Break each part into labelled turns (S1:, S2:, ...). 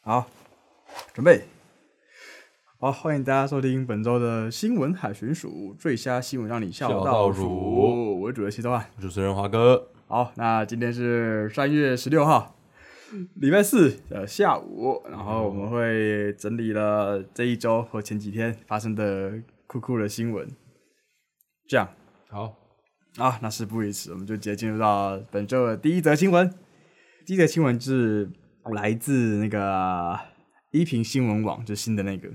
S1: 好，准备。好，欢迎大家收听本周的新闻海巡署最瞎新闻，让你笑
S2: 笑
S1: 倒
S2: 倒
S1: 数。
S2: 数
S1: 我是主持人西多万。
S2: 主持人华哥，
S1: 好，那今天是三月十六号，礼拜四的下午，然后我们会整理了这一周和前几天发生的酷酷的新闻。这样
S2: 好，
S1: 啊，那事不宜迟，我们就直接进入到本周的第一则新闻。第一则新闻是来自那个依萍新闻网，就是新的那个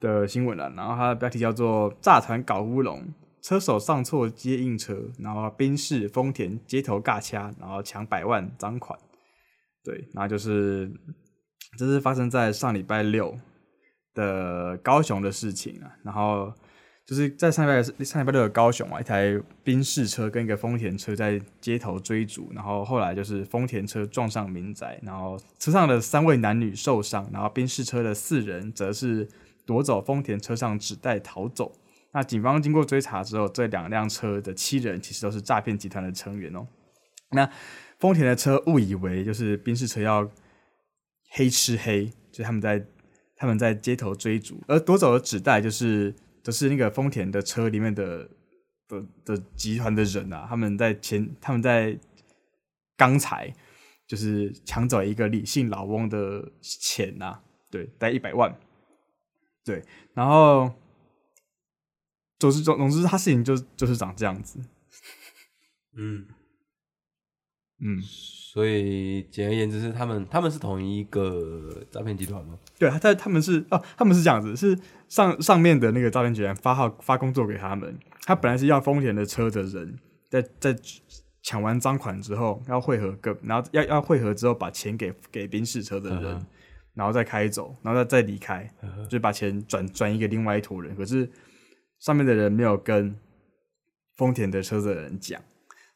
S1: 的新闻了。然后它的标题叫做“炸团搞乌龙，车手上错接应车，然后宾士、丰田街头尬掐，然后抢百万赃款”。对，然后就是这是发生在上礼拜六的高雄的事情啊。然后就是在上礼拜上礼拜六的高雄啊，一台宾士车跟一个丰田车在街头追逐，然后后来就是丰田车撞上民宅，然后车上的三位男女受伤，然后宾士车的四人则是夺走丰田车上纸袋逃走。那警方经过追查之后，这两辆车的七人其实都是诈骗集团的成员哦。那丰田的车误以为就是宾士车要黑吃黑，就是他们在他们在街头追逐，而夺走的纸袋就是就是那个丰田的车里面的的的集团的人啊，他们在前他们在刚才就是抢走一个李姓老翁的钱啊，对，大概一百万，对，然后总之总总之，他事情就就是长这样子，
S2: 嗯，
S1: 嗯，
S2: 所以简而言之是他们他们是同一个诈骗集团吗？
S1: 对，他在他们是哦，他们是这样子，是上上面的那个诈骗集团发号发工作给他们，他本来是要丰田的车的人，在在抢完赃款之后要汇合个，然后要要汇合之后把钱给给宾士车的人，
S2: 嗯哼嗯
S1: 然后再开走，然后再再离开，就把钱转转移给另外一坨人，可是上面的人没有跟丰田的车子的人讲。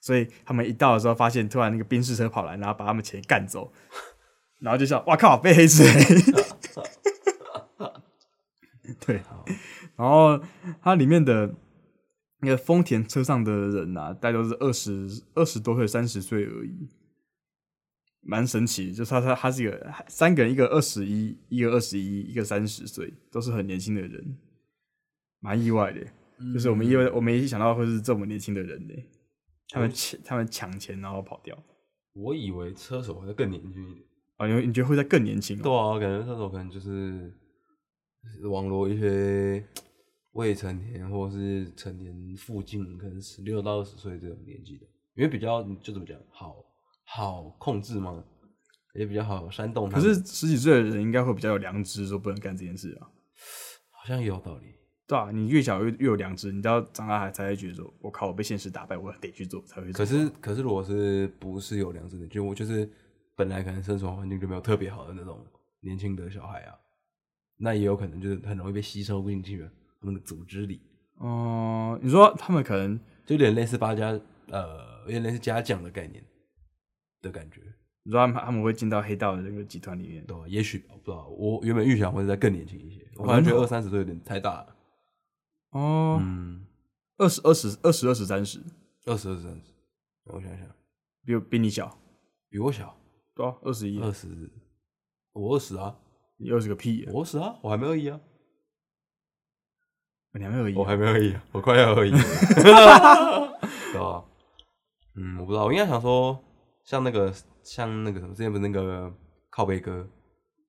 S1: 所以他们一到的时候，发现突然那个宾士车跑来，然后把他们钱干走，然后就想：“哇靠，被黑吃黑！”对，然后它里面的那个丰田车上的人啊，大概都是二十二十多岁、三十岁而已，蛮神奇。就是他他他是一个三个人，一个二十一，一个二十一，一个三十岁，都是很年轻的人，蛮意外的。
S2: 嗯
S1: 就是我们意外，我没想到会是这么年轻的人呢、他
S2: 哦
S1: 们抢他们抢钱然后跑掉。
S2: 我以为车手会更年轻一点。
S1: 哦，你你觉得会在更年轻、
S2: 对
S1: 哦？
S2: 啊，感觉射手可能就是网络一些未成年或是成年附近，可能十六到二十岁这种年纪的，因为比较就怎么讲，好好控制嘛，也比较好煽动他
S1: 可
S2: 们。
S1: 是十几岁的人应该会比较有良知，说不能干这件事啊。
S2: 好像也有道理，
S1: 对啊，你越小越越有良知，你到长大还才会觉得说，我靠，我被现实打败，我得去做才会做。
S2: 可是可是如果是不是有良知的，就我就是本来可能生存环境就没有特别好的那种年轻的小孩啊，那也有可能就是很容易被吸收进去他们的组织里。
S1: 哦、你说他们可能
S2: 就有点类似八家，呃，有点类似嘉奖的概念的感觉，
S1: 你说他们他们会进到黑道的那个集团里面，
S2: 对吧？也许吧我不知道，我原本预想会再更年轻一些，我
S1: 哦
S2: 好像觉
S1: 真的
S2: 得
S1: 哦
S2: 二三十岁有点太大了。
S1: 哦，
S2: 嗯，
S1: 二十二十二十二十三十，
S2: 二十二十三十，我想想，
S1: 比我比你小，
S2: 比我小
S1: 对啊，二十一，
S2: 二十，我二十啊，
S1: 你二十个屁、啊，
S2: 我二十啊，我还没二一啊，
S1: 你还没有一
S2: 我，还没二一啊，我快要二 一了，对吧？啊嗯，我不知道，我应该想说，像那个像那个什么，之前不是那个靠背哥，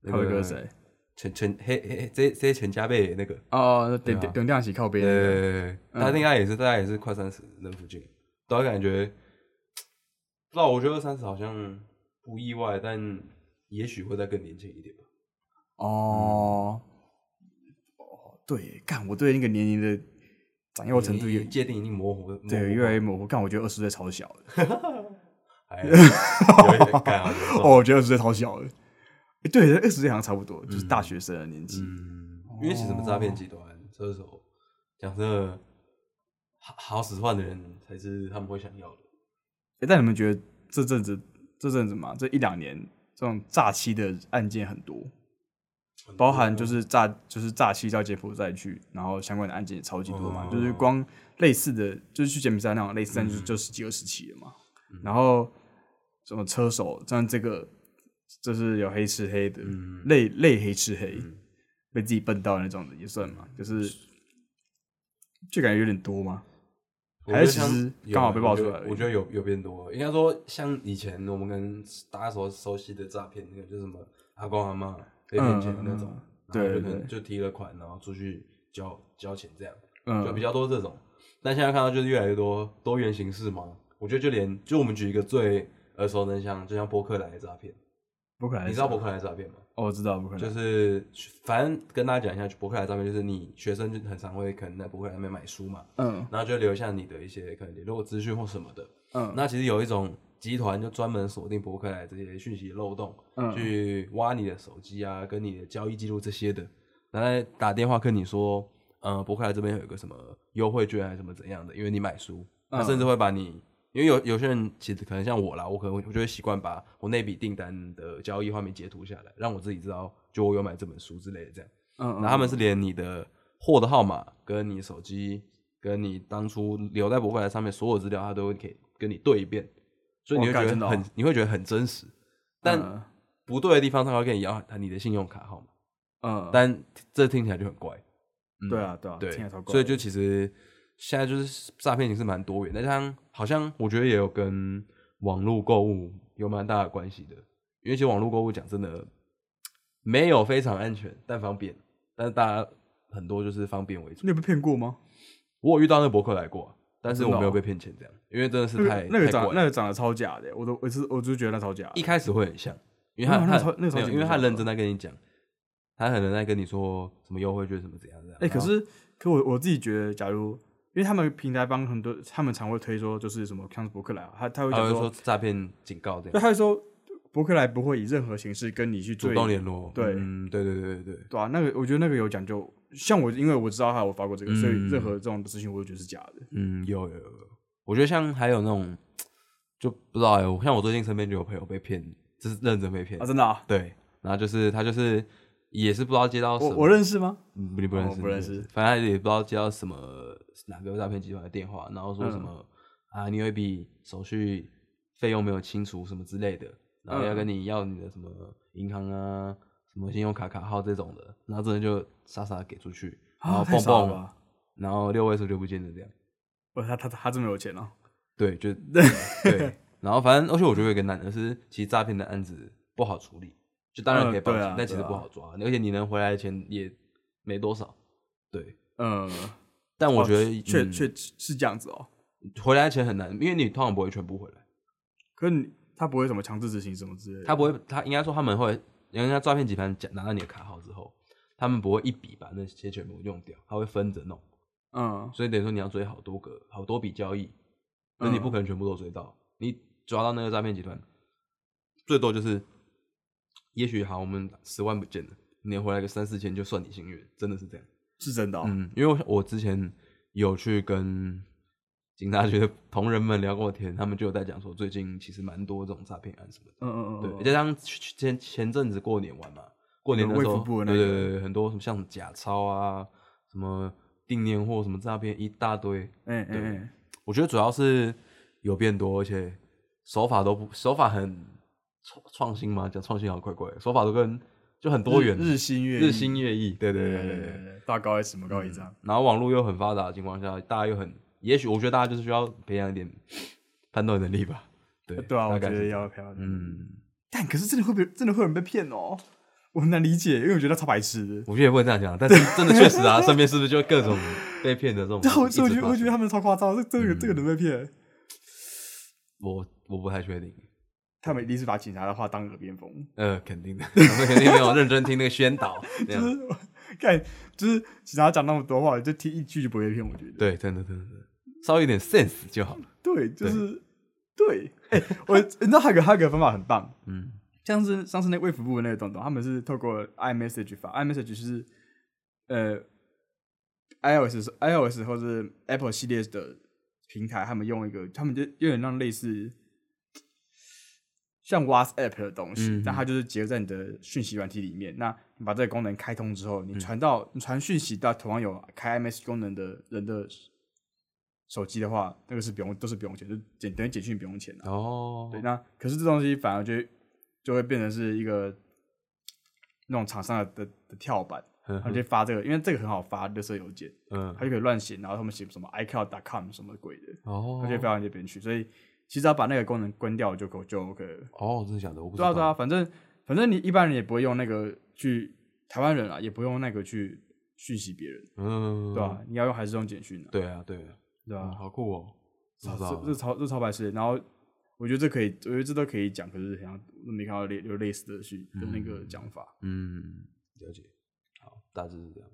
S2: 那
S1: 靠背哥谁？
S2: 全全黑黑黑这这全家贝那个。
S1: 哦，那点
S2: 对
S1: 点
S2: 啊
S1: 点亮起靠边、那个，
S2: 对，他应该也是，大概也是快三十那附近，对啊，感觉，不知道，我觉得三十好像不意外，但也许会再更年轻一点吧。
S1: 哦，
S2: 嗯
S1: 哦，对，干，我对那个年龄的掌握程度有
S2: 你界定已经模糊了，模糊
S1: 对
S2: 化
S1: 越来越模糊，干，我觉得二十岁超小的。
S2: 哎有一点干啊，
S1: 哦，我觉得二十岁超小的。诶对，二十岁好像差不多，就是大学生的年纪。
S2: 嗯，因为其实什么诈骗集团、车手，讲真的，好好使唤的人才是他们会想要的。
S1: 诶但你们觉得这阵子这阵子嘛，这一两年这种诈欺的案件很多，包含
S2: 啊
S1: 就是诈就是诈欺到柬埔寨去，然后相关的案件也超级多嘛，
S2: 哦嗯
S1: 就是光类似的，就是去柬埔寨那种类似的，就是就十几二十起了嘛。然后什么车手，像这个就是有黑吃黑的，
S2: 嗯
S1: 类类黑吃黑，
S2: 嗯
S1: 被自己笨到的那种的也算嘛，就是就感觉有点多嘛。
S2: 我觉
S1: 还
S2: 得
S1: 是其实
S2: 像有
S1: 刚好被爆
S2: 我觉
S1: 出来
S2: 得
S1: 而已
S2: 我觉得有有变多，应该说像以前我们跟大家所熟悉的诈骗，那个就是什么阿公阿妈被骗钱的那种，
S1: 嗯
S2: 然
S1: 对
S2: 后就可能
S1: 对
S2: 就提了款，然后出去交交钱这样，就
S1: 嗯，
S2: 比较多这种。但现在看到就是越来越多多元形式嘛，我觉得就连就我们举一个最耳熟能详，就像博客来的诈骗，
S1: 不可能，
S2: 你知道博客来的诈骗吗？
S1: 哦，我知道不可能，
S2: 就是反正跟大家讲一下，博客来的诈骗就是你学生就很常会可能在博客来上面买书嘛，
S1: 嗯
S2: 然后就留下你的一些可能联络资讯或什么的。
S1: 嗯
S2: 那其实有一种集团就专门锁定博客来这些讯息漏洞，
S1: 嗯
S2: 去挖你的手机啊，跟你的交易记录这些的，然后再打电话跟你说，呃，博客来这边有一个什么优惠券还是什么怎样的，因为你买书，他
S1: 嗯
S2: 甚至会把你。因为有有些人其实可能像我啦，我可能我就会习惯把我那笔订单的交易画面截图下来，让我自己知道就我有买这本书之类的这样。
S1: 嗯，
S2: 然后他们是连你的货的号码、跟你手机、跟你当初留在博客来上面所有资料，他都会可以跟你对一遍，所以你
S1: 哇
S2: 会
S1: 干
S2: 觉
S1: 真的
S2: 得
S1: 哦
S2: 很，你会觉得很真实。但
S1: 嗯
S2: 不对的地方，他会跟你要呃你的信用卡号码，
S1: 嗯，
S2: 但这听起来就很怪。嗯
S1: 对啊对啊，
S2: 对
S1: 听起来超，怪
S2: 所以就其实现在就是诈骗形式蛮多元，那像好像我觉得也有跟网络购物有蛮大的关系的，因为其实网络购物讲真的没有非常安全，但方便，但是大家很多就是方便为主。
S1: 你有被骗过吗？
S2: 我有遇到那个博客来过啊，但是
S1: 真的哦
S2: 我没有被骗钱这样，因为真的
S1: 那
S2: 是太
S1: 个那个
S2: 太
S1: 长
S2: 怪
S1: 那
S2: 了
S1: 个长得超假的，我都我是我就觉得那超假的，
S2: 一开始会很像，因为他
S1: 没有那
S2: 他
S1: 个超那个超
S2: 没有
S1: 级
S2: 因为
S1: 不
S2: 他
S1: 像
S2: 认
S1: 的
S2: 真在跟你讲，他可能在跟你说什么优惠券什么怎样怎样。
S1: 哎、可
S2: 然后
S1: 是可我我自己觉得，假如因为他们平台帮很多，他们常会推说就是什么康斯伯克莱啊，他他会
S2: 他
S1: 讲
S2: 会
S1: 说，
S2: 说诈骗警告这样
S1: 对，。他会说伯克莱不会以任何形式跟你去
S2: 主
S1: 对
S2: 动联络，
S1: 对
S2: 嗯，对对对对对，
S1: 对啊，那个我觉得那个有讲究，像我因为我知道他有发过这个，所以
S2: 嗯
S1: 任何这种资讯我都觉得是假的。
S2: 嗯，有有有，我觉得像还有那种，就不知道哎、我像我最近身边就有朋友被骗，就是认真被骗，
S1: 啊，真的啊，
S2: 对，然后就是他就是也是不知道接到什
S1: 我
S2: 么，
S1: 我认识吗？
S2: 嗯你不认
S1: 哦
S2: 识，
S1: 不
S2: 你
S1: 认识
S2: 反正他也不知道接到什么哪个诈骗集团的电话，然后说什
S1: 嗯
S2: 么、啊，你有一笔手续费用没有清除什么之类的，然
S1: 嗯
S2: 后要跟你要你的什么银行啊、什么信用卡卡号这种的，然后真的就傻傻地给出去，然
S1: 啊，
S2: 后
S1: 太
S2: 蹦
S1: 傻了
S2: 蹦，
S1: 吧！
S2: 然后六位数就不见了，这样。
S1: 不，他他他这么有钱啊？
S2: 对， 就对。然后反正，而且我觉得有一个难的是，其实诈骗的案子不好处理，就当然
S1: 嗯
S2: 可以报
S1: 对
S2: 警，
S1: 啊
S2: 但其
S1: 对
S2: 实
S1: 啊
S2: 不好抓，而且你能回来的钱也没多少。对，
S1: 嗯，
S2: 但我觉得、
S1: 哦确
S2: 嗯
S1: 确是这样子哦。
S2: 回来的钱很难，因为你通常不会全部回来，
S1: 可是你他不会什么强制执行什么之类的，
S2: 他不会，他应该说他们会，人家诈骗集团拿到你的卡号之后，他们不会一笔把那些全部用掉，他会分着弄。
S1: 嗯
S2: 所以等于说你要追好多个、好多笔交易，那你不
S1: 嗯
S2: 可能全部都追到。你抓到那个诈骗集团，最多就是，也许好，我们十万不见了，你回来个三四千就算你幸运，真的是这样。
S1: 是真的、哦。
S2: 嗯，因为我我之前有去跟警察局的同仁们聊过天，他们就有在讲说，最近其实蛮多这种诈骗案什么的。
S1: 嗯嗯嗯，
S2: 对，
S1: 嗯
S2: 而且像前前阵子过年玩嘛，过年的时
S1: 卫福
S2: 候，
S1: 部的
S2: 对
S1: 那
S2: 对
S1: 个
S2: 对，对很多什么像假钞啊，什么订年货，什么诈骗一大堆。
S1: 嗯嗯嗯。
S2: 我觉得主要是有变多，而且手法都不手法很创创新嘛，讲创新好像怪怪的，手法都跟就很多元，
S1: 日日新月异
S2: 日新月异，对对对对对。嗯
S1: 对，大高一什么高一张，
S2: 然后网络又很发达的情况下，大家又很，也许我觉得大家就是需要培养一点判断能力吧。对，
S1: 对啊，我
S2: 大
S1: 觉
S2: 概
S1: 得
S2: 是这样
S1: 要漂亮。
S2: 嗯。
S1: 但可是真的会被真的会有人被骗哦，我很难理解，因为我觉得他超白痴的。
S2: 我觉得也不能这样讲，但是真的确实啊，身边是不是就各种被骗的这种 事
S1: 然
S2: 情
S1: 后
S2: 一直
S1: 所
S2: 发
S1: 以我
S2: 嗯生？
S1: 觉得我觉得他们超夸张，这这个这个能被骗，
S2: 我我不太确定，
S1: 他们一定是把警察的话当耳边风。
S2: 呃，肯定的，他们肯定没有认真听那个宣导，这
S1: 就
S2: 样
S1: 是看，就是警察讲那么多话，就听一句就不会被骗。我觉得
S2: 对，真的真的，真的稍微有点 sense 就好了。
S1: 对，就是对。哎，我你知道还有个还有个方法很棒，
S2: 嗯，
S1: 像是上次那个卫福部的那个东东，他们是透过 iMessage 发，iMessage 是呃 iOS 是 iOS 或是 Apple 系列的平台，他们用一个，他们就有点让类似像 WhatsApp 的东西，
S2: 嗯
S1: 但它就是结合在你的讯息软体里面。那你把这个功能开通之后，你传到、你传讯息到同样有开 iMessage 功能的人的手机的话，那个是不用都是不用钱，就简等于简讯不用钱的、
S2: 哦，
S1: 对，那可是这东西反而就会就会变成是一个那种厂商的的的跳板，
S2: 嗯
S1: 他就发这个，因为这个很好发垃圾邮件，
S2: 嗯
S1: 他，就可以乱写，然后他们写什么 iCloud.com 什么鬼的，
S2: 哦
S1: 他就发到这边去。所以其实要把那个功能关掉就够就 OK 了。
S2: 哦，真的假的？我不知
S1: 对啊
S2: 道。
S1: 对啊，反正反正你一般人也不会用那个去台湾人啊，也不用那个去讯息别人，
S2: 嗯，
S1: 对吧、你要用还是用简讯啊，
S2: 对啊，对啊，
S1: 对吧、
S2: 嗯好酷哦，知
S1: 这
S2: 道
S1: 这这超这超白痴的。然后我觉得这可以，我觉得这都可以讲，可是好像都没看到类有类似的去的那个讲法。
S2: 嗯，了解，好，大致是这样。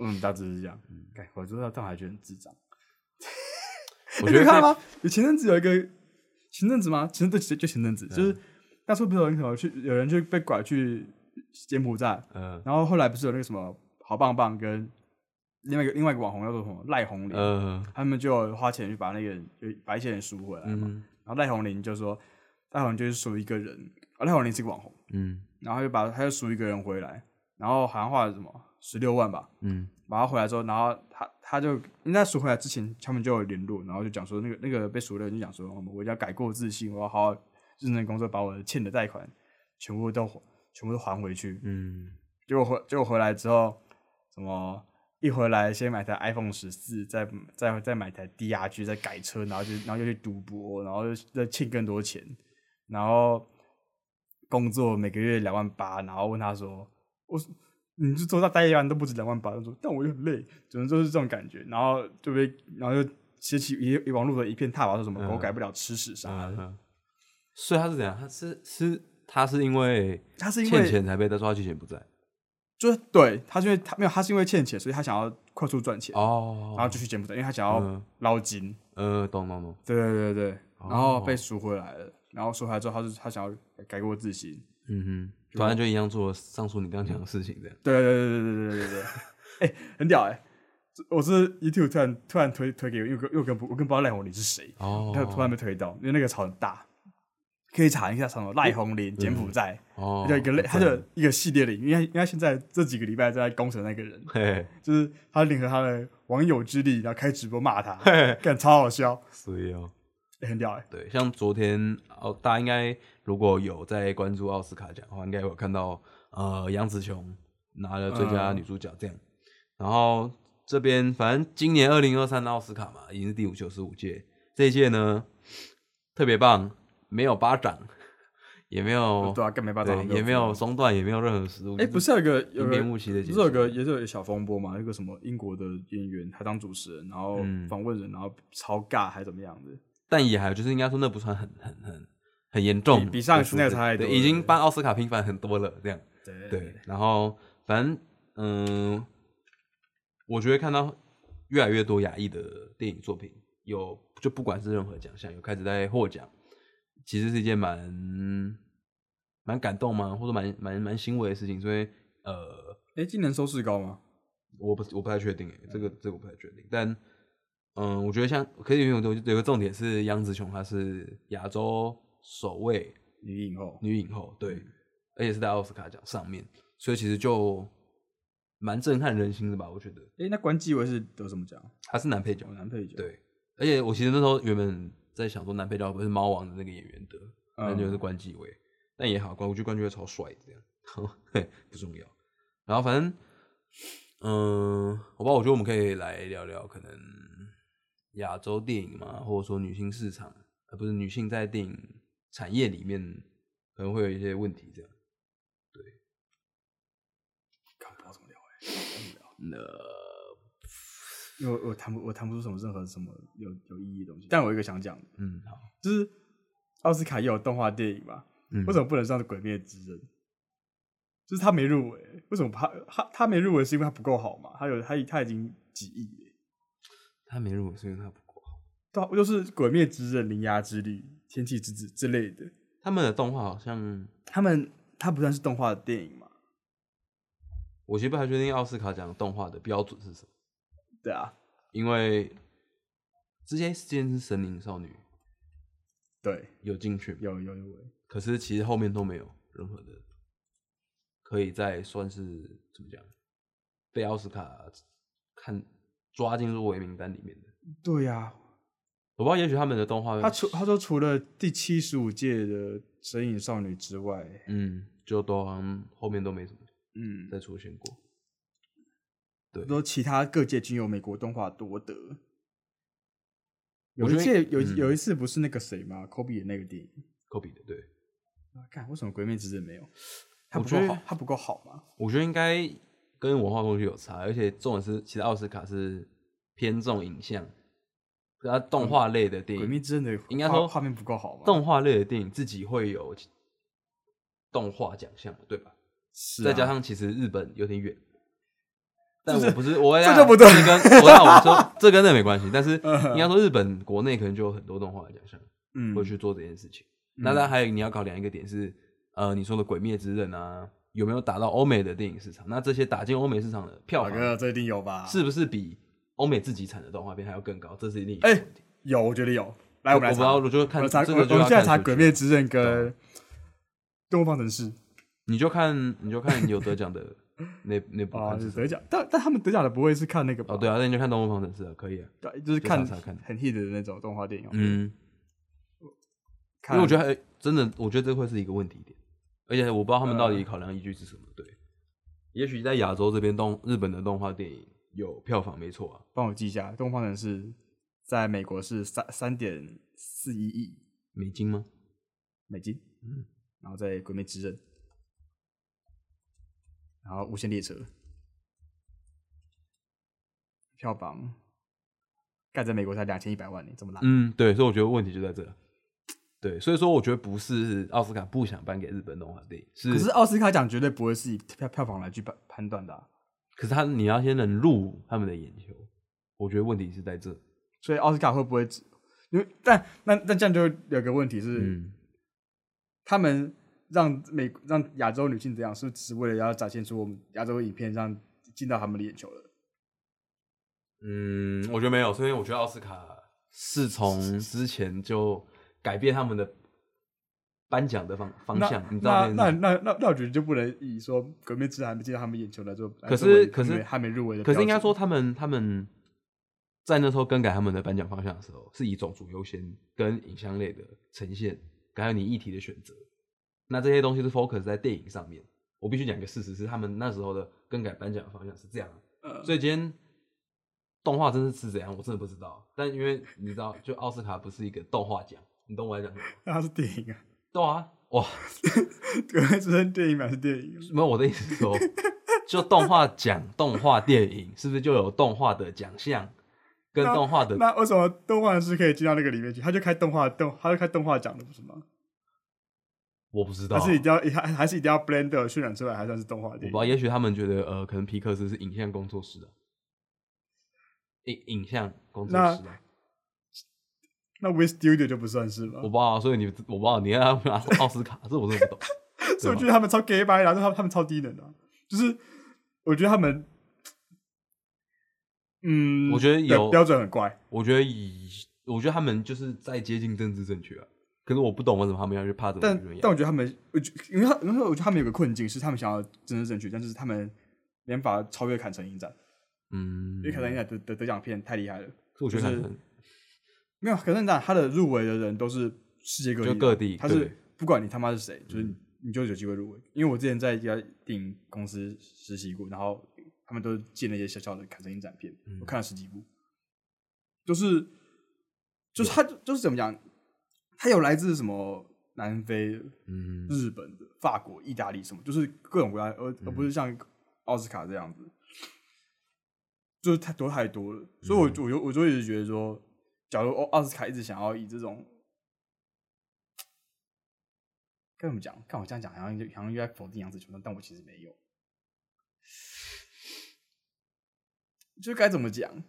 S1: 嗯，大致是这样。嗯，我知道，但我还觉得很智障。哎
S2: 我
S1: 你
S2: 觉
S1: 没
S2: 得
S1: 看
S2: 这
S1: 到吗？有前阵子有一个前阵子吗？前阵子就前阵子，就是
S2: 嗯
S1: 那时候不是有人可能去有人去被拐去柬埔寨，
S2: 嗯
S1: 然后后来不是有那个什么好棒棒跟另外一个另外一个网红叫做什么赖红林，
S2: 嗯
S1: 他们就花钱去把那个有把一些人赎回来嘛。
S2: 嗯
S1: 然后赖红林就说，赖红林就是赎一个人，啊，赖红林是个网红，
S2: 嗯
S1: 然后他就把他就赎一个人回来，然后好像花了什么十六万吧，
S2: 嗯
S1: 把他回来之后，然后他他就应该赎回来之前，他们就有联络，然后就讲说那个那个被赎的人就讲说，我们我要改过自新，我要好好认真工作，把我的欠的贷款全部都全部都还回去。
S2: 嗯，
S1: 结果回结果回来之后，什么一回来先买台 iPhone 十四，再再再买台 DRG，再改车，然后就然后又去赌博，然后又再欠更多钱，然后工作每个月两万八，然后问他说，我说你就做到待一晚都不止两万八，他说但我又很累，只能就是这种感觉，然后就被然后就掀起一网络的一片挞伐，说什么
S2: 嗯
S1: 狗改不了吃屎啥的，
S2: 嗯嗯所以他是怎样？他是是他是因为
S1: 他是因
S2: 欠
S1: 为
S2: 钱才被他抓去柬埔寨
S1: 就是对他是因为他没有他是因为欠钱，所以他想要快速赚钱。
S2: 哦，
S1: 然后哦就去柬埔寨，因为他想要
S2: 嗯
S1: 捞金。
S2: 呃，懂懂懂，
S1: 对对对对，
S2: 哦
S1: 然后被赎回来了。然后赎回来之后，他就他想要改过自新。
S2: 嗯哼，反正就一样做上述你刚讲的事情这样。
S1: 对对对对对对对对，哎、很屌哎、这我是 YouTube 突然突然推推给我，因为我跟因为我跟不我跟不知道赖红林是谁，
S2: 哦，
S1: 他突然被推到，因为那个草很大，可以查一下什么赖红林柬埔寨，
S2: 哦，
S1: 叫一个类，他
S2: 对
S1: 的一个系列里，因为因为他现在这几个礼拜在攻城那个人，
S2: 嘿
S1: 就是他联合他的网友之力，然后开直播骂 他，
S2: 嘿，
S1: 干超好笑，
S2: 所以哦，
S1: 哎很屌哎、
S2: 对，像昨天哦，大家应该如果有在关注奥斯卡奖的话，应该有看到呃，杨紫琼拿了最
S1: 嗯
S2: 佳女主角这样。然后这边反正今年二零二三的奥斯卡嘛，已经是第五九十五届，这一届呢特别棒，没有巴掌，也没有
S1: 对啊，更没办法，
S2: 哦对也没有松断，也没有任何失误。
S1: 哎、不是有一个有
S2: 平
S1: 个
S2: 平无奇的
S1: 不
S2: 解
S1: 是有
S2: 释。
S1: 个也是有一个小风波嘛？那个什么英国的演员，他当主持人，然后
S2: 嗯
S1: 访问人，然后超尬还是怎么样的？
S2: 但也还有就是应该说那不算很很很很严重的
S1: 比比
S2: 数字，
S1: 上一次那个差太多
S2: 对
S1: 了
S2: 已经帮奥斯卡平反很多了这样。
S1: 对
S2: 对，然后反正嗯，我觉得看到越来越多亚裔的电影作品，有就不管是任何奖项，有开始在获奖，其实是一件蛮蛮感动嘛，或者蛮蛮蛮欣慰的事情。所以呃，
S1: 哎、今年收视高吗？
S2: 我不我不太确定诶，这个这个我不太确定，但。嗯，我觉得像可以有有有个重点是杨紫琼，她是亚洲首位
S1: 女影后，
S2: 女影后，对，而且是在奥斯卡奖上面，所以其实就蛮震撼人心的吧？我觉得
S1: 哎、那关继威是得什么奖？
S2: 他是男配角
S1: 有，男配角。，
S2: 对，而且我其实那时候原本在想说男配角不是猫王的那个演员得，那
S1: 嗯
S2: 就是关继威，但也好，关我觉得关继威超帅的这样， 嘿不重要。然后反正，嗯、好吧，我觉得我们可以来聊聊可能亚洲电影嘛，或者说女性市场，呃，不是女性在电影产业里面可能会有一些问题这样。
S1: 看不知道怎么聊哎、
S2: 那
S1: 因为我我谈不我谈不出什么任何什么有有意义的东西。但我有一个想讲的，
S2: 嗯，好，
S1: 就是奥斯卡也有动画电影嘛，
S2: 嗯
S1: 为什么不能上《鬼灭之刃》？就是他没入围，为什么他他他没入围是因为他不够好嘛？他有他他已经几亿了。
S2: 他没入围，是因为他不够好。
S1: 对、啊，就是《鬼灭之刃》《铃芽之旅》《天气之子》之类的，
S2: 他们的动画好像，
S1: 他们它不算是动画电影嘛？
S2: 我其实不太确定奥斯卡奖动画的标准是什么，
S1: 对啊，
S2: 因为之前之前是神灵少女
S1: 对，
S2: 有进去，
S1: 有有有，
S2: 可是其实后面都没有任何的可以再算是怎么讲被奥斯卡看抓进入围名单里面的。
S1: 对呀、
S2: 我不知道，也许他们的动画，
S1: 他除他说除了第七十五届的《神隐少女》之外，
S2: 嗯，就都好像后面都没什么
S1: 嗯，
S2: 再出现过。
S1: 说其他各界均有美国动画多得。有
S2: 我
S1: 一
S2: 觉得
S1: 届有一
S2: 嗯
S1: 有一次不是那个谁吗？科比的那个电影，
S2: 科比的，对，
S1: 啊，看为什么《鬼灭之刃》没有？它
S2: 我
S1: 不
S2: 觉
S1: 够
S2: 得
S1: 好，它不够好吗？
S2: 我觉得应该跟文化东西有差，而且重点是，其实奥斯卡是偏重影像，可它动画类的电
S1: 嗯《鬼
S2: 影，
S1: 灭之刃》的
S2: 应该
S1: 画
S2: 说
S1: 画面不够好吗？
S2: 动画类的电影自己会有动画奖项嘛，对吧？
S1: 是啊
S2: 再加上其实日本有点远，但
S1: 这
S2: 我不是我
S1: 这就不对
S2: 这跟我要我说这跟那没关系，但是 应该说日本国内可能就有很多动画的奖项
S1: 嗯
S2: 会去做这件事情。那当然还有你要考量一个点是，呃，你说的《鬼灭之刃》啊，有没有打到欧美的电影市场？那这些打进欧美市场的票
S1: 大哥
S2: 房
S1: 这一定有吧？
S2: 是不是比欧美自己产的动画片还要更高？这是另一个
S1: 哎、
S2: 问题。
S1: 有，我觉得有。来，我们来
S2: 我不知
S1: 查，
S2: 道，我就看
S1: 我查，
S2: 这
S1: 我
S2: 个
S1: 我
S2: 就要
S1: 们现在
S2: 看
S1: 查《
S2: 数据啊
S1: 鬼灭之刃》跟《动物方程式》
S2: 你就看你就看有得 奖的那那部
S1: 啊，
S2: 看
S1: 就是是
S2: 什么
S1: 得奖，但但他们得奖的不会是看那个吧？
S2: 哦，对啊，那你就看《动物方程式》啊，可以啊，
S1: 对，就是
S2: 就
S1: 看
S2: 查查看
S1: 很 hit 的那种动画电影。哦
S2: 嗯，因
S1: 看，
S2: 为我觉
S1: 得
S2: 得还真的，我觉得这会是一个问题点，而且我不知道他们到
S1: 嗯
S2: 底考量依据是什么。对，也许在亚洲这边动日本的动画电影有票房没错啊，
S1: 帮我记一下，《动物方程式》在美国是三三点四一亿
S2: 美金吗？
S1: 美金，嗯，然后在《鬼灭之刃》，然后《无限列车》票房。盖在美国才两千一百万呢，这么烂。
S2: 嗯，对，所以我觉得问题就在这。对，所以说我觉得不是奥斯卡不想颁给日本动画电影，是
S1: 可是奥斯卡奖绝对不会是以票票房来去判判断的啊、
S2: 可是他你要先能入他们的眼球，我觉得问题是在这。
S1: 所以奥斯卡会不会只？因为但那那这样就有个问题是，
S2: 嗯，
S1: 他们让美让亚洲女性这样，是不是只为了要展现出我们亚洲影片让进到他们的眼球了？
S2: 嗯，我觉得没有，所以我觉得奥斯卡是从之前就改变他们的颁奖的方方
S1: 那
S2: 向，你知
S1: 那
S2: 道吗
S1: 那那那那我觉得就不能以说《革命之还没进到他们眼球来做，
S2: 可是
S1: 来作为
S2: 可是
S1: 他们还没入围的标
S2: 可
S1: 准，
S2: 是应该说他们他们在那时候更改他们的颁奖方向的时候，是以种族优先跟影像类的呈现，还有你议题的选择。那这些东西是 focus 在电影上面。我必须讲一个事实是，他们那时候的更改颁奖的方向是这样的。
S1: 呃
S2: 所以今天动画真是是怎样，我真的不知道。但因为你知道，就奥斯卡不是一个动画奖，你懂我在讲什么？
S1: 那它是电影啊，
S2: 对啊，哇，
S1: 《革命之刃》电影版是电影啊，
S2: 没有我的意思是 说，就动画奖、动画电影是不是就有动画的奖项跟动画的？
S1: 那为什么动画是可以进到那个里面去？他就开动画动，他就开动画奖的不是吗？
S2: 我不知道
S1: 还
S2: 啊，
S1: 是一定要还还是一定要 Blender 渲染出来，还算是动画
S2: 我不
S1: 电影
S2: 知道，。也许他们觉得呃，可能皮克斯是影像工作室的、影影像工作室啊的、
S1: 那 We Studio 就不算是吧
S2: 我？不知道啊，所以你我不知道你要不要拿奥斯卡，这我真的不懂。
S1: 所以我觉得他们超 gay 白，然后他们他们超低能的啊、就是我觉得他们，嗯，
S2: 我觉得
S1: 对
S2: 有
S1: 标准很怪，
S2: 我觉得以，我觉得他们就是在接近政治正确啊。可是我不懂为什么他们要去怕这种
S1: 但
S2: 舆论压
S1: 但
S2: 力
S1: 我觉得他们，我觉因为他因为我觉得他们有个困境是他们想要真正正确，但是他们没办法超越坎城影展，
S2: 嗯
S1: 因，为坎城影展得得得奖片太厉害了。
S2: 可我觉得
S1: 就
S2: 可
S1: 是
S2: 能
S1: 没有坎城影展，他的入围的人都是世界各地的，
S2: 就各地
S1: 他
S2: 对嗯
S1: 是不管你他妈是谁，就是你你就有机会入围。因为我之前在一家电影公司实习过，然后他们都建了一些小小的砍成影展片，
S2: 嗯
S1: 我看了十几部，就是就是他就是怎么讲，他有来自什么南非、
S2: 嗯，
S1: 日本的、法国、意大利什么，就是各种国家，而而不是像奥斯卡这样子，就是太多太多了。所以我，我就我就一直觉得说，假如奥奥斯卡一直想要以这种，该怎么讲？看我这样讲，好像就好像又在否定杨紫琼，但我其实没有。就该怎么讲？我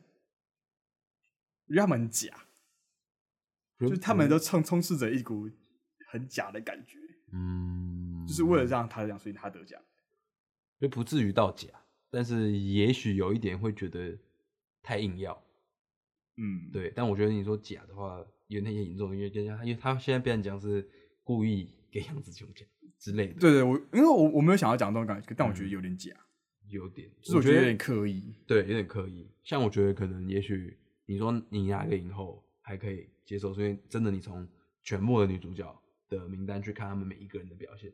S1: 觉得他们很假，就是他们都充充斥着一股很假的感觉。
S2: 嗯，
S1: 就是为了让他得奖，所以他得奖。
S2: 就不至于到假，但是也许有一点会觉得太硬要。
S1: 嗯，，
S2: 对，但我觉得你说假的话，有点严重，因为人家因为他现在被人讲是故意给杨紫琼奖之类的，
S1: 对对，我因为我我没有想要讲这种感觉，但我
S2: 嗯
S1: 觉得有点假，
S2: 有点，
S1: 就是我觉得有点刻意。
S2: 对，有点刻意。像我觉得可能也许你说你拿一个影后，还可以接受，所以真的你从全部的女主角的名单去看她们每一个人的表现，
S1: 哦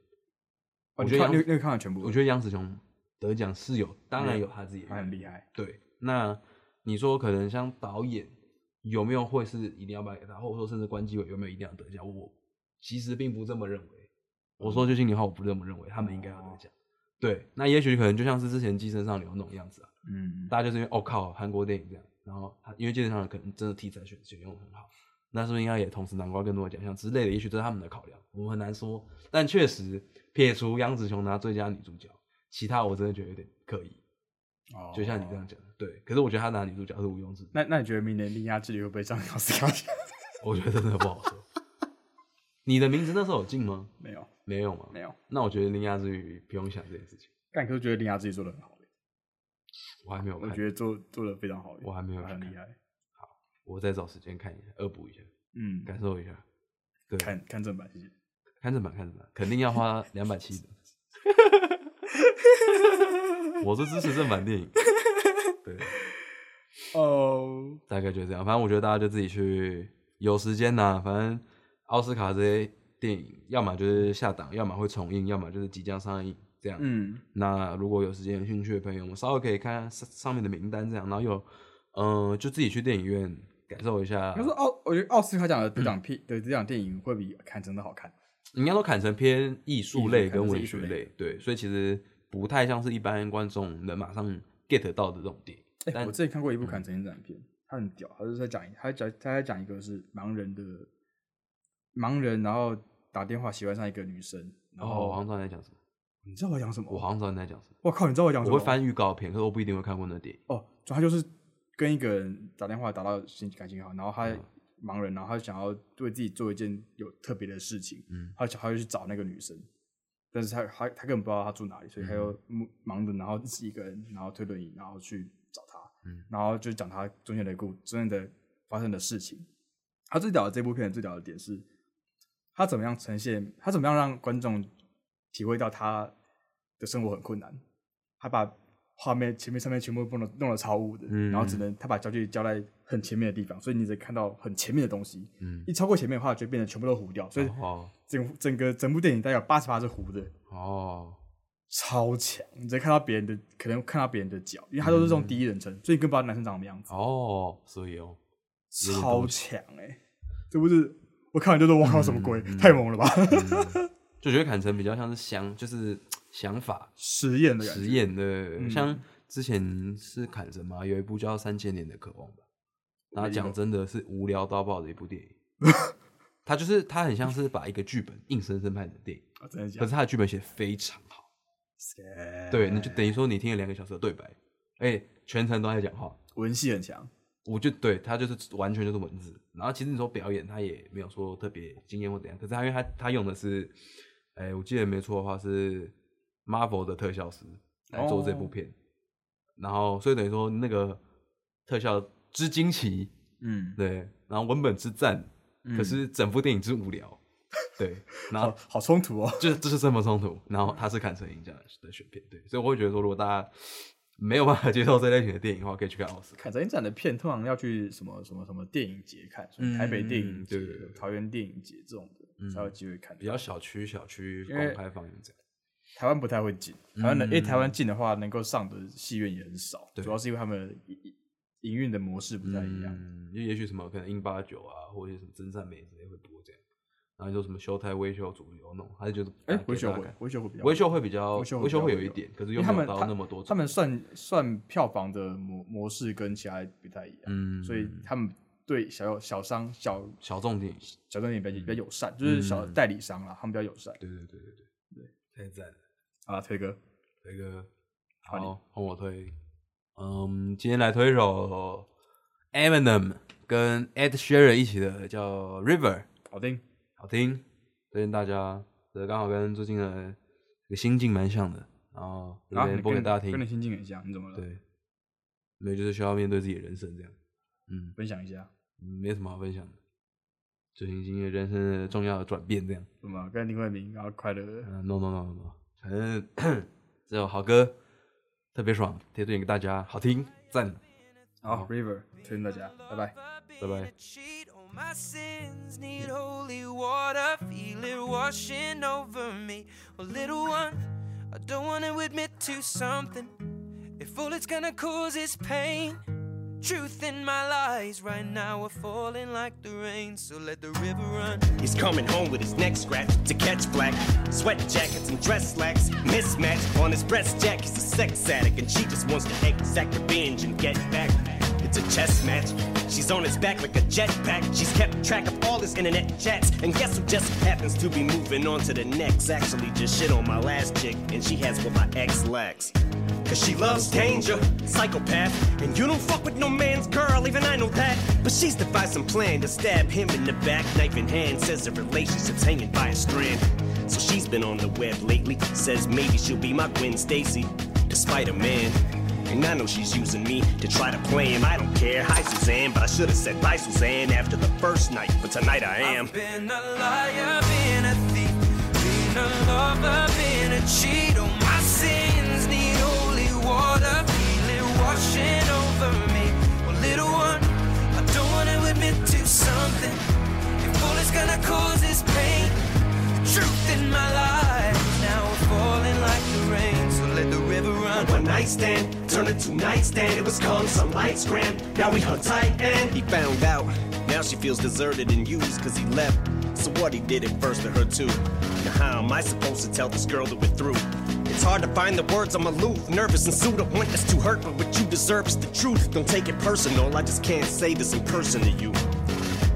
S2: 我
S1: 你
S2: 觉得
S1: 看
S2: 杨
S1: 那个那个看完全部，
S2: 我觉得杨紫琼得奖是有，当然
S1: 嗯
S2: 有她自己的
S1: 他
S2: 原因
S1: 很厉害。
S2: 对，那你说可能像导演有没有会是一定要颁给他，或者说甚至关机伟有没有一定要得奖？我其实并不这么认为。我说句心里话，我不这么认为，他们应该要得奖。对，那也许可能就像是之前《寄生上流》那种样子啊，
S1: 嗯，
S2: 大家就是因为哦靠，韩国电影这样，然后他因为《寄生上流》可能真的题材选选用得很好，那是不是应该也同时囊括更多的奖项之类的？也许这是他们的考量，我们很难说。但确实，撇除杨紫琼拿最佳女主角，其他我真的觉得有点刻意。
S1: 哦
S2: 嗯就像你这样讲的，对。可是我觉得他拿女主角是毋庸置疑，
S1: 那那你觉得明年《铃芽之旅》会不会上奥斯卡奖？
S2: 我觉得真的不好说。你的名字那时候有进吗？
S1: 没有，
S2: 没有嘛。
S1: 没有。
S2: 那我觉得《铃芽之旅》不用想这件事情，
S1: 但可是觉得《铃芽之旅》做的很好，
S2: 我还没有
S1: 我
S2: 看，我
S1: 觉得做做的非常好，
S2: 我还没有去
S1: 很厉
S2: 看，
S1: 害。
S2: 我再找时间看一下，恶补一下，
S1: 嗯，
S2: 感受一下。对，看
S1: 看看正版，谢谢。
S2: 看正版，看正版，肯定要 花两百七的。我是支持正版电影，对，
S1: 哦，
S2: 大概就是这样。反正我觉得大家就自己去，有时间呐、反正奥斯卡这些电影，要么就是下档，要么会重映，要么就是即将上映，这样。
S1: 嗯，
S2: 那如果有时间、有兴趣的朋友，我们稍微可以看看上上面的名单，这样，然后有，嗯、就自己去电影院感受一下
S1: 可。是奥，我觉得奥斯卡奖的得奖片
S2: 嗯
S1: 的得奖电影会比看真的好看。
S2: 应该都砍成偏艺术类跟文
S1: 艺术
S2: 学
S1: 类
S2: 类，对，所以其实不太像是一般观众能马上 get 到的这种电影。
S1: 哎，
S2: 但嗯
S1: 我之前看过一部砍成影展片，它很屌，它是在讲一，它讲它在讲一个是盲人的盲人，然后打电话喜欢上一个女生，然
S2: 哦，我
S1: 后
S2: 好像知道你在讲什么，
S1: 你知道我讲什么？
S2: 我好像知道你在讲什么，
S1: 我靠，你知道我讲什么？
S2: 我会翻预告片，可是我不一定会看过那电影。
S1: 哦，主要就是跟一个人打电话打到心感情好，然后他
S2: 嗯
S1: 盲人，然后他想要对自己做一件有特别的事情，
S2: 嗯，
S1: 他想他就去找那个女生，但是他他他根本不知道他住哪里，所以他又
S2: 嗯
S1: 盲盲的，然后自己一个人，然后推轮椅，然后去找她，
S2: 嗯，
S1: 然后就讲他中间的故中间的发生的事情。他最屌的这部片最屌的点是，他怎么样呈现，他怎么样让观众体会到他的生活很困难，他把画面前面上面全部弄得弄得超雾的，
S2: 嗯
S1: 然后只能他把焦距交在很前面的地方，所以你只看到很前面的东西，
S2: 嗯，
S1: 一超过前面的话就变得全部都糊掉，所以
S2: 哦
S1: 整整个整部电影大概有八十八是糊的，
S2: 哦，
S1: 超强，你只看到别人的可能看到别人的脚，因为他都是这
S2: 嗯
S1: 种第一人称，所以你根本不知道男生长什么样子，
S2: 哦，所以哦，有点
S1: 超
S2: 东
S1: 强哎、这不是我看完就是我靠什么鬼，
S2: 嗯嗯
S1: 太猛了吧，
S2: 嗯就觉得坎城比较像是想，就是想法
S1: 实验的感
S2: 实
S1: 觉，嗯
S2: 验的，像之前是坎城嘛，有一部叫《三千年的渴望》吧，然后讲真的是无聊到爆的一部电影。 他就是他很像是把一个剧本硬生生拍成电影，
S1: 啊、真的假
S2: 可
S1: 的
S2: 是？他的剧本写得非常好，
S1: 哎
S2: 对，那就等于说你听了两个小时的对白，哎、全程都在讲话，
S1: 文戏很强，
S2: 我就对他就是完全就是文字，然后其实你说表演他也没有说特别惊艳或怎样，可是他因为他他用的是，哎、我记得没错的话是 Marvel 的特效师来做这
S1: 哦
S2: 部片，然后所以等于说那个特效之惊奇，
S1: 嗯，
S2: 对，然后文本之赞，
S1: 嗯
S2: 可是整部电影之无聊， 对，然后
S1: 好好冲突哦。
S2: 就是这是身份冲突，然后他是砍成赢家的选片，对，所以我会觉得说如果大家没有办法接受这类型的电影的话，可以去看奥斯卡。
S1: 看展映展的片通常要去什么什么什么电影节看，什么
S2: 嗯
S1: 台北电影节、
S2: 对对对
S1: 桃园电影节这种的、才有机会看。
S2: 比较小区小区
S1: 因为
S2: 公开放映这样。
S1: 台湾不太会进，台湾的
S2: 嗯
S1: 因为台湾进的话，能够上的戏院也很少，
S2: 对
S1: 主要是因为他们营营运的模式不太一样。
S2: 嗯，就也许什么可能英八九啊，或者是什么真善美之类会播这样。然后就什么修泰微修主流那种，他就是
S1: 哎、
S2: 把它
S1: 维
S2: 给
S1: 修
S2: 大家
S1: 会
S2: 看，
S1: 维修会比较
S2: 微秀会比较
S1: 维修会
S2: 微秀
S1: 比
S2: 会
S1: 较
S2: 有一
S1: 有
S2: 点，可是
S1: 因
S2: 又
S1: 为他
S2: 没
S1: 们
S2: 有到
S1: 他
S2: 那么多种。
S1: 他们算算票房的模模式跟其他不太一样，
S2: 嗯，
S1: 所以他们对小小商小
S2: 小众电影，
S1: 小商店
S2: 嗯
S1: 比较、比较友善，就是小代理商啦，他们比较友善
S2: 对对对对对对，太赞了，
S1: 啊。推哥，
S2: 那个
S1: 好你
S2: 好换我推，嗯，今天来推一首 Eminem 跟 Ed Sheeran 一起的叫 River，
S1: 好听，
S2: 好听，推荐大家。这刚好跟最近的这个心境蛮像的，然后这
S1: 然后
S2: 边播给大家
S1: 跟啊你
S2: 听。
S1: 心境很像，你怎么了？
S2: 对，没有就是需要面对自己的人生这样。嗯，
S1: 分享一下，
S2: 没什么好分享的，最近经历人生的重要的转变这样。
S1: 什么跟林慧明然后快乐
S2: 嗯、n o no no no no，反正 这首好歌特别爽，推荐给大家，好听，赞。
S1: 好 River 推荐大家，拜拜。
S2: 拜拜。
S3: cheat on My sins need holy water, feel it washing over me. Well, little one, I don't want to admit to something. If all it's gonna cause is pain, truth in my lies right now are falling like the rain, so let the river run.
S4: He's coming home with his neck scratched to catch black. Sweat jackets and dress slacks mismatched on his breast jack. He's a sex addict and she just wants to exact revenge and get back. It's a chess match. She's on his back like a jetpack. She's kept track of all his internet chats. And guess who just happens to be moving on to the next? Actually, just shit on my last chick, and she has what my ex lacks. Cause she loves danger, psychopath. And you don't fuck with no man's girl, even I know that. But she's devised some plan to stab him in the back, knife in hand. Says the relationship's hanging by a strand. So she's been on the web lately. Says maybe she'll be my Gwen Stacy, despite a man. And I know she's using me to try to play him. I don't care. Hi, Suzanne, but I should have said bye, Suzanne, after the first night. But tonight I am.
S3: I've been a liar, been a thief, been a lover, been a cheat. All my sins need holy water, feel it washing over me. Well, little one, I don't want to admit to something. If all it's gonna cause is pain, the truth in my life now are falling like the rain. So let the river run.
S4: One night stand, turned into nightstand. It was calm, some lights grand. Now we hung tight and he found out. Now she feels deserted and used cause he left. So what he did at first to her too. Now how am I supposed to tell this girl that we're through? It's hard to find the words, I'm aloof, nervous and sued. I want this to hurt, but what you deserve is the truth. Don't take it personal, I just can't say this in person to you.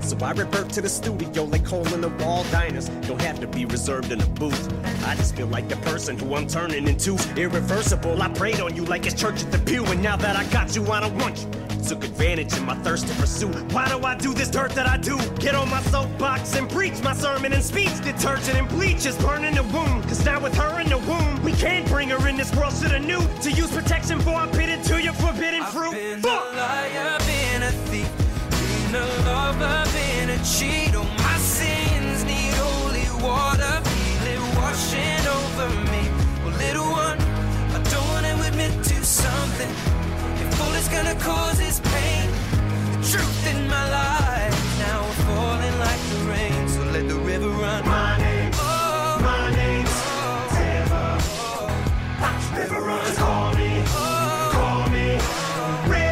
S4: So I revert to the studio like hole in the wall diners. Don't have to be reserved in a booth. I just feel like the person who I'm turning into. Irreversible, I prayed on you like it's church at the pew. And now that I got you, I don't want you. Took advantage of my thirst to pursue. Why do I do this dirt that I do? Get on my soapbox and preach my sermon and speech. Detergent and bleach is burning the womb. Cause now with her in the womb, we can't bring her in this world to the new. To use protection for I'm pitted to your forbidden
S3: I've
S4: fruit.
S3: been
S4: Fuck!
S3: a liar, been a thief, been a lover, been a cheat. All my sins need holy water, feel it washing over me. Well, little one, I don't want to admit to something. If all it's gonna cause is pain, the truth in my life now I'm falling like the rain. So let the river run. My name, oh, my name's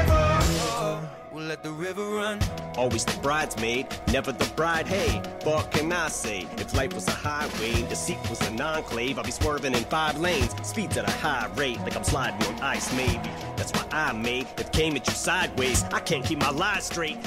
S3: Well, let the river run.
S4: Always the bridesmaid, never the bride. Hey, what can I say? If life was a highway, the seat was an enclave, I'd be swerving in five lanes. Speeds at a high rate, like I'm sliding on ice, maybe. That's why I made it came at you sideways. I can't keep my lies straight.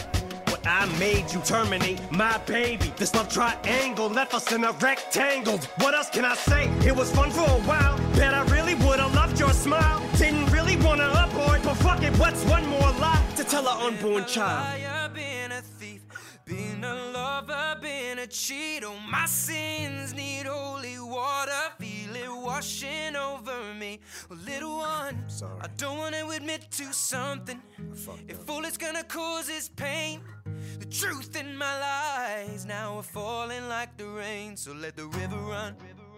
S4: What I made you terminate, my baby. This love triangle left us in a rectangle. What else can I say? It was fun for a while. Bet I really would've loved your smile. Didn't really wanna abort, but fuck it, what's one more lie to tell our unborn child?
S3: Been a liar, been a thief, been a lover, been a cheat. Oh, my sins need holy water, feel it washing over me. Well, little one, I don't want to admit to something. If all it's gonna cause is pain, the truth in my lies now are falling like the rain. So let the river run.